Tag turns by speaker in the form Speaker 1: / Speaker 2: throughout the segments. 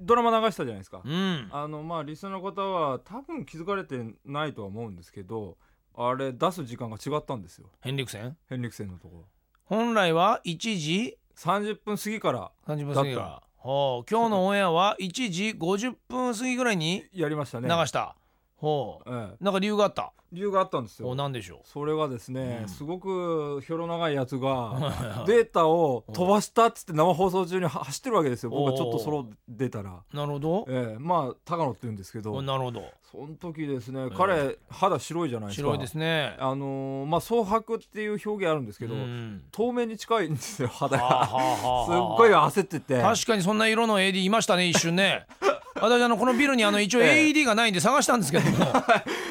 Speaker 1: ドラマ流したじゃないですか
Speaker 2: うん
Speaker 1: あのまあリスナーの方は多分気づかれてないとは思うんですけどあれ出す時間が違ったんですよ
Speaker 2: ヘンリクセン
Speaker 1: ヘンリクセンのところ
Speaker 2: 本来は1時
Speaker 1: 30分過ぎから
Speaker 2: 30分過ぎか
Speaker 1: だ
Speaker 2: らほう今日のオンエアは1時50分過ぎぐらいに
Speaker 1: やりました
Speaker 2: 流
Speaker 1: ね
Speaker 2: した、ほう
Speaker 1: ええ、
Speaker 2: なんか理由があった
Speaker 1: 理由があったんです
Speaker 2: お
Speaker 1: よ
Speaker 2: なんでしょ
Speaker 1: それがですね、
Speaker 2: うん
Speaker 1: すごくひょろ長いやつ
Speaker 2: う
Speaker 1: が
Speaker 2: な
Speaker 1: データを飛ばしたっつって生放送中には走ってるわけですよ僕がちょっとソロ出たら、
Speaker 2: るほど
Speaker 1: ええ、まあ高野って言うんですけ
Speaker 2: お
Speaker 1: ど
Speaker 2: なるほど
Speaker 1: その時ですね
Speaker 2: え
Speaker 1: 彼、肌白いじゃないですか
Speaker 2: 白いですね
Speaker 1: あのーまあ蒼白っていう表現あるんですけど、
Speaker 2: うん
Speaker 1: 透明に近いんですよ肌
Speaker 2: はあ
Speaker 1: が
Speaker 2: はあはあ
Speaker 1: すっごい焦ってて
Speaker 2: 確かにそんな色の AD いましたね一 瞬ね私あのこのビルにあの一応
Speaker 1: ええ
Speaker 2: AED がないんで探したんですけど も、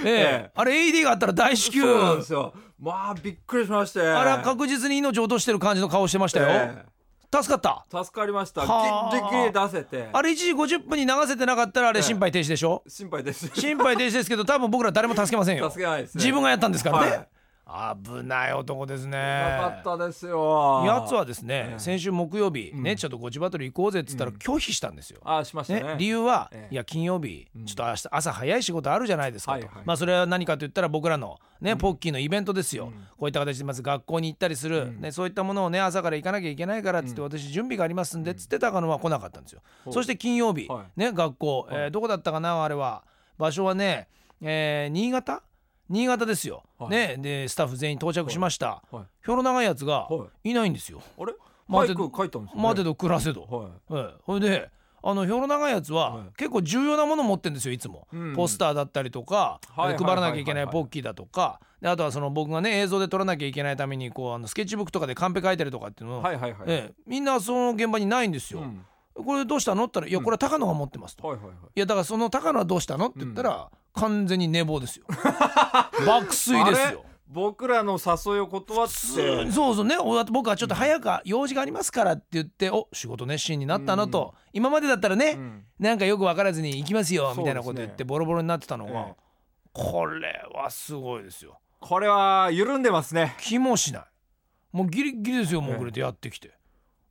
Speaker 2: ええ
Speaker 1: え
Speaker 2: あれ AED があったら大至急
Speaker 1: そうなんですよまあびっくりしまして
Speaker 2: あら確実に命を落としてる感じの顔してましたよ、
Speaker 1: え
Speaker 2: 助かった
Speaker 1: え助かりましたギ
Speaker 2: はあ
Speaker 1: リギリ出せて
Speaker 2: あれ1時50分に流せてなかったらあれ
Speaker 1: ええ
Speaker 2: 心肺停止で しょ
Speaker 1: 心配です
Speaker 2: 心肺停止ですけど多分僕ら誰も助けませんよ
Speaker 1: 助けないですね
Speaker 2: 自分がやったんですからね、
Speaker 1: はい
Speaker 2: 危ない男ですね
Speaker 1: なかったですよ
Speaker 2: やつはですね、
Speaker 1: ええ
Speaker 2: 先週木曜日、
Speaker 1: うん
Speaker 2: ねちょっとゴチバトル行こうぜっつったら
Speaker 1: うん
Speaker 2: 拒否したんですよ、
Speaker 1: ああしましたね
Speaker 2: ね、理由は、
Speaker 1: ええ
Speaker 2: いや金曜日
Speaker 1: うん
Speaker 2: ちょっと明日朝早い仕事あるじゃないですかと、
Speaker 1: はいはい
Speaker 2: まあ、それは何かと言ったら僕らの、ねポッキーのイベントです
Speaker 1: う
Speaker 2: よ、
Speaker 1: ん
Speaker 2: こういった形でまず学校に行ったりする、
Speaker 1: うん
Speaker 2: ね、そういったものをね朝から行かなきゃいけないからっつって、
Speaker 1: うん
Speaker 2: 私準備がありますんでっつって高野は来なかったんですよ、
Speaker 1: ほう
Speaker 2: そして金曜日、
Speaker 1: は
Speaker 2: ね、学校、えー
Speaker 1: はい
Speaker 2: どこだったかなあれは場所はね、えー新潟新潟ですよ、
Speaker 1: はい
Speaker 2: ね、でスタッフ全員到着しました、
Speaker 1: はい
Speaker 2: ひょろ長いやつが
Speaker 1: はい
Speaker 2: ないんですよ。
Speaker 1: あれマ
Speaker 2: 待て
Speaker 1: イク書いたんですよね
Speaker 2: 待てど暮らせど、
Speaker 1: はい
Speaker 2: はい、ほいであのひょろ長いやつは、
Speaker 1: はい
Speaker 2: 結構重要なもの持ってんですよいつも、
Speaker 1: うん
Speaker 2: ポスターだったりとか、
Speaker 1: はい
Speaker 2: えー配らなきゃいけな
Speaker 1: はいはいはい
Speaker 2: い
Speaker 1: はい
Speaker 2: ポッキーだとかであとはその僕がね映像で撮らなきゃいけないためにこうあのスケッチブックとかでカンペ書いてるとかっていうのを、
Speaker 1: はいはいはい
Speaker 2: ええみんなその現場にないんです
Speaker 1: う
Speaker 2: よ、
Speaker 1: ん
Speaker 2: これどうしたのって言ったら「いやこれは高野が持ってます」と。
Speaker 1: はいはいはい
Speaker 2: いやだからその高野はどうしたのって言ったら、完全に寝坊 ですよ爆睡です
Speaker 1: あれ
Speaker 2: よ
Speaker 1: 僕らの誘いを断って
Speaker 2: そうそうそうねおあと僕はちょっと早く用事がありますからって言ってお仕事熱心になったのと、今までだったらね、
Speaker 1: うん
Speaker 2: なんかよく分からずに行きますよみたいなこと言っ
Speaker 1: そうで
Speaker 2: て
Speaker 1: すね
Speaker 2: ボロボロになってたのが、
Speaker 1: ええ
Speaker 2: これはすごいですよ
Speaker 1: これは緩んでますね
Speaker 2: 気もしないもうギリギリですよもう
Speaker 1: ええ
Speaker 2: これでやってきて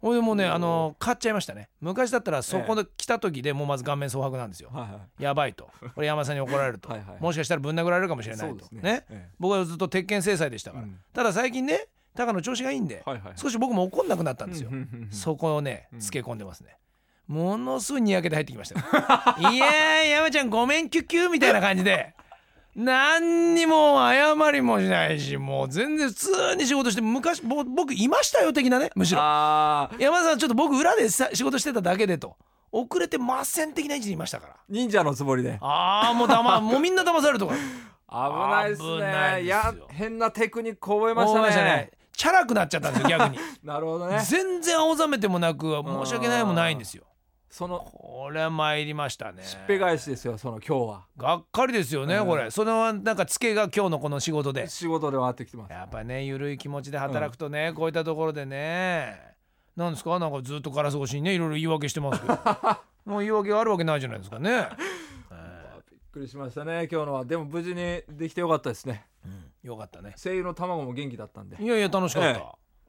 Speaker 2: ほいでもうね
Speaker 1: おー
Speaker 2: あの買っちゃいましたね昔だったらそこで来た時でもうまず顔面蒼白なんですよ
Speaker 1: はいはい
Speaker 2: やばいとこれ山田さんに怒られると
Speaker 1: はいはい
Speaker 2: もしかしたらぶん殴られるかもしれな
Speaker 1: そ
Speaker 2: いう
Speaker 1: で
Speaker 2: と
Speaker 1: す
Speaker 2: ね
Speaker 1: ねええ
Speaker 2: 僕はずっと鉄拳制裁でしたから、
Speaker 1: うん
Speaker 2: ただ最近ね高野調子がいいんで、
Speaker 1: はいはい
Speaker 2: 少し僕も怒んなくなったんですよ、
Speaker 1: うんうんうんうん
Speaker 2: そこをね、
Speaker 1: うん
Speaker 2: つけ込んでますね。ものすごいにやけて入ってきましたよ。 いやー、山ちゃん、ごめん、キュッキュみたいな感じで。何にも謝りもしないし、もう全然普通に仕事して、昔、ぼ僕いましたよ的なね、むしろ。
Speaker 1: ああ
Speaker 2: 山田さん、ちょっと僕裏でさ仕事してただけでと。遅れてません的な位置にいましたから。
Speaker 1: 忍者のつもりで
Speaker 2: ああ、もうだま、もうみんな騙さ れるとか。
Speaker 1: 危ないです
Speaker 2: 危な
Speaker 1: ね
Speaker 2: いですよ
Speaker 1: いや変なテクニック覚えまし
Speaker 2: 思い
Speaker 1: たね。
Speaker 2: チャラくなっちゃっ たんですよ、逆に。
Speaker 1: なるほどね
Speaker 2: 全然青ざめてもなく、申し訳ないもないんですよ。
Speaker 1: その
Speaker 2: これは参りましたね。
Speaker 1: しっぺ返しですよその今日は
Speaker 2: がっかりですよね、
Speaker 1: うん
Speaker 2: これそのなんかツケが今日のこの仕事で
Speaker 1: 仕事で回ってきてます
Speaker 2: やっぱねゆるい気持ちで働くとね、こういったところでねなんですかなんかずっとガラス越しにねいろいろ言い訳してます けどもう言い訳があるわけないじゃないですかね、え
Speaker 1: びっくりしましたね今日のはでも無事にできてよかったですね
Speaker 2: ーうんよかったね
Speaker 1: 声優の卵も元気だったんで
Speaker 2: いやいや楽しかった、
Speaker 1: ええ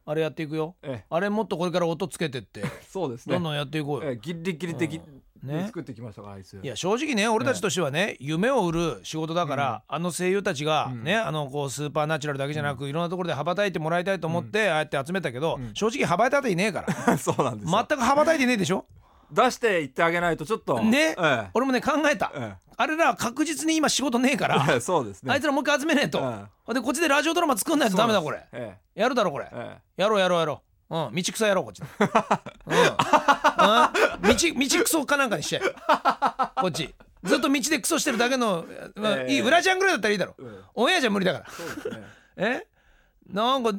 Speaker 2: あれやっていくよ
Speaker 1: ええ
Speaker 2: あれもっとこれから音つけてって
Speaker 1: そうです ね
Speaker 2: どんどんやっていこうよ、
Speaker 1: ええギリギリでき
Speaker 2: んね
Speaker 1: で作ってきましたからあいつ
Speaker 2: いや正直ね俺たちとしてはね、夢を売る仕事だから、あの声優たちが
Speaker 1: うん
Speaker 2: ね、あのこうスーパーナチュラルだけじゃなく、いろんなところで羽ばたいてもらいたいと思って、ああやって集めたけど、
Speaker 1: うん
Speaker 2: 正直羽ばたいていねえから
Speaker 1: そうなんですよ
Speaker 2: 全く羽ばたいてねえでしょ
Speaker 1: 出していってあげないとちょっと
Speaker 2: ね
Speaker 1: ええ
Speaker 2: 俺もね考えた、
Speaker 1: え
Speaker 2: あれらは確実に今仕事ねえから、
Speaker 1: えそうですね
Speaker 2: あいつらもう一回集めねえと、
Speaker 1: え
Speaker 2: でこっちでラジオドラマ作んないとダメだこれ
Speaker 1: え
Speaker 2: やるだろこれ、
Speaker 1: えええ
Speaker 2: やろうやろうやろううん道草やろうこっち で、うんうん、道道草かなんかにしてこっちずっと道でクソしてるだけの、まあ
Speaker 1: ええ
Speaker 2: いい裏ちゃんぐらいだったらいいだろ
Speaker 1: ええ
Speaker 2: オンエアじゃ無理だから
Speaker 1: そうですね
Speaker 2: えなんか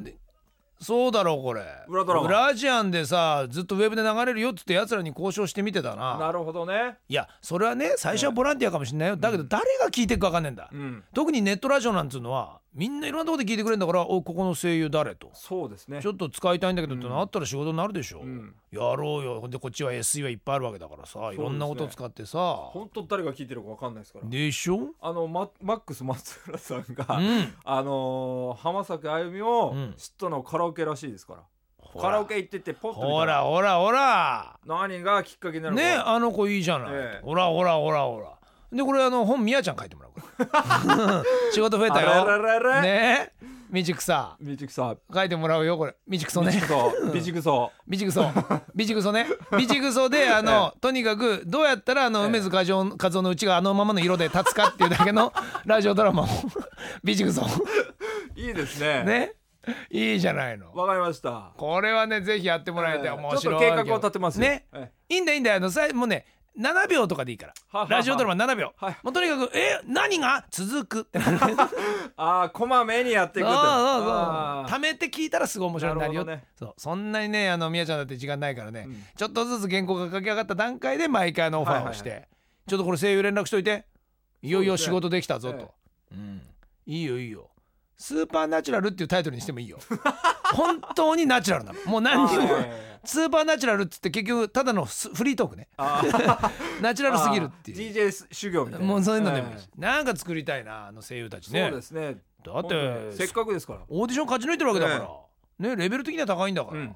Speaker 2: そうだろうこれ
Speaker 1: 裏ドラマ
Speaker 2: ラジアンでさずっとウェブで流れるよっつってやつらに交渉してみてたな
Speaker 1: なるほどね
Speaker 2: いやそれはね最初はボランティアかもしれないよだけど誰が聞いてるか分かんねえんだ、
Speaker 1: うん
Speaker 2: 特にネットラジオなんつうのはみんないろんなとこで聞いてくれるんだからおここの声優誰と
Speaker 1: そうですね
Speaker 2: ちょっと使いたいんだけどってなったら仕事になるでしょ、
Speaker 1: うん
Speaker 2: やろうよほんでこっちは SE はいっぱいあるわけだからさいろんな音使ってさ
Speaker 1: 本当誰が聞いてるかわかんないですから
Speaker 2: でしょ、
Speaker 1: あのママックス 松浦さん
Speaker 2: う
Speaker 1: が
Speaker 2: ん、
Speaker 1: あのー浜崎あゆみ
Speaker 2: う
Speaker 1: を
Speaker 2: ん
Speaker 1: 知ったのはカラオケらしいですから
Speaker 2: ほら
Speaker 1: カラオケ行っててポッと見た
Speaker 2: ほらほらほら
Speaker 1: 何がきっかけなのか
Speaker 2: ねあの子いいじゃない、
Speaker 1: ええ
Speaker 2: ほらほらほらほらでこれあの本みやちゃん書いてもらう これ仕事増えたよ
Speaker 1: あらららら
Speaker 2: ねみちくさ
Speaker 1: 道 草
Speaker 2: 書いてもらうよこれみちくそ
Speaker 1: 道
Speaker 2: ね
Speaker 1: 草道草
Speaker 2: ビチクソビチクソねビチク ソであの、とにかくどうやったらあ
Speaker 1: え
Speaker 2: の
Speaker 1: え
Speaker 2: 梅津和夫和夫のうちがあのままの色で立つかっていうだけ のラジオドラマをビチクソ
Speaker 1: いいですね
Speaker 2: ねいいじゃないの
Speaker 1: わかりました
Speaker 2: これはねぜひやってもらいた
Speaker 1: え
Speaker 2: い、
Speaker 1: え
Speaker 2: 面白い
Speaker 1: ちょっと計画を立てますよ
Speaker 2: ね
Speaker 1: え
Speaker 2: いいんだいいんだあのさもうね7秒とかでいいから
Speaker 1: ははは
Speaker 2: ラジオドラマ7秒、
Speaker 1: はい
Speaker 2: もうとにかくえ何が続くってなる
Speaker 1: えああこまめにやっていく
Speaker 2: そう
Speaker 1: と
Speaker 2: そうそう
Speaker 1: あ
Speaker 2: 貯めて聞いたらすごい面白くなるよ
Speaker 1: なるほどね
Speaker 2: そうそんなにねあのみやちゃんだって時間ないからね、
Speaker 1: うん
Speaker 2: ちょっとずつ原稿が書き上がった段階で毎回のオファーをして、
Speaker 1: はい
Speaker 2: ちょっとこれ声優連絡しといていよいよ仕事できたぞと、
Speaker 1: そうで
Speaker 2: うん、いいよいいよ「スーパーナチュラル」っていうタイトルにしてもい いよ本当にナチュラルなのもう何にも
Speaker 1: あーいやいやいや
Speaker 2: スーパーナチュラルっつって結局ただのスフリートークね
Speaker 1: あー
Speaker 2: ナチュラルすぎるっていう
Speaker 1: DJ 修行みたいな
Speaker 2: もうそういうのでもいいし
Speaker 1: え、
Speaker 2: なんか作りたいなあの声優たち
Speaker 1: え
Speaker 2: ね
Speaker 1: そうですね
Speaker 2: だっ
Speaker 1: 本当にせ
Speaker 2: て
Speaker 1: っかくですから
Speaker 2: オーディション勝ち抜いてるわけだから、
Speaker 1: ね
Speaker 2: ねレベル的には高いんだから、
Speaker 1: うん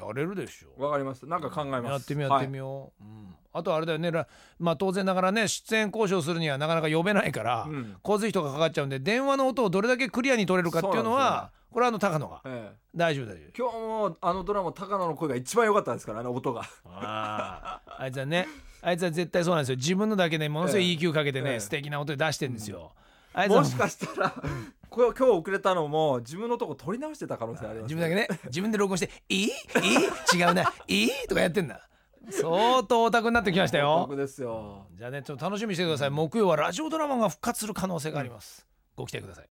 Speaker 2: やれるでしょ
Speaker 1: わかりましたなんか考えます
Speaker 2: やってみようやってみ
Speaker 1: よ
Speaker 2: よう、うん、あとあれだよねらまあ当然ながらね出演交渉するにはなかなか呼べないから、
Speaker 1: うん
Speaker 2: 交通費とかかかっちゃうんで電話の音をどれだけクリアに取れるかっていう
Speaker 1: そ
Speaker 2: の
Speaker 1: うなん
Speaker 2: はこれはあの高野が
Speaker 1: うええ
Speaker 2: 大丈夫大丈夫
Speaker 1: 今日もあのドラマ高野の声が一番良かったですからね音が
Speaker 2: あああいつはねあいつは絶対そうなんですよ自分のだけねものすごい EQ かけて
Speaker 1: え
Speaker 2: ね、
Speaker 1: え
Speaker 2: 素敵な音で出してんですよ、あいつは
Speaker 1: もしかしたらこ今日遅れたのも自分のとこ取り直してた可能性あります
Speaker 2: 自分だけね自分で録音して「いいいい違うないい?」とかやってんだ相当 オタクになってきましたよ
Speaker 1: 僕ですよ
Speaker 2: じゃあねちょっと楽しみにしてください木曜はラジオドラマが復活する可能性があります、ご期待ください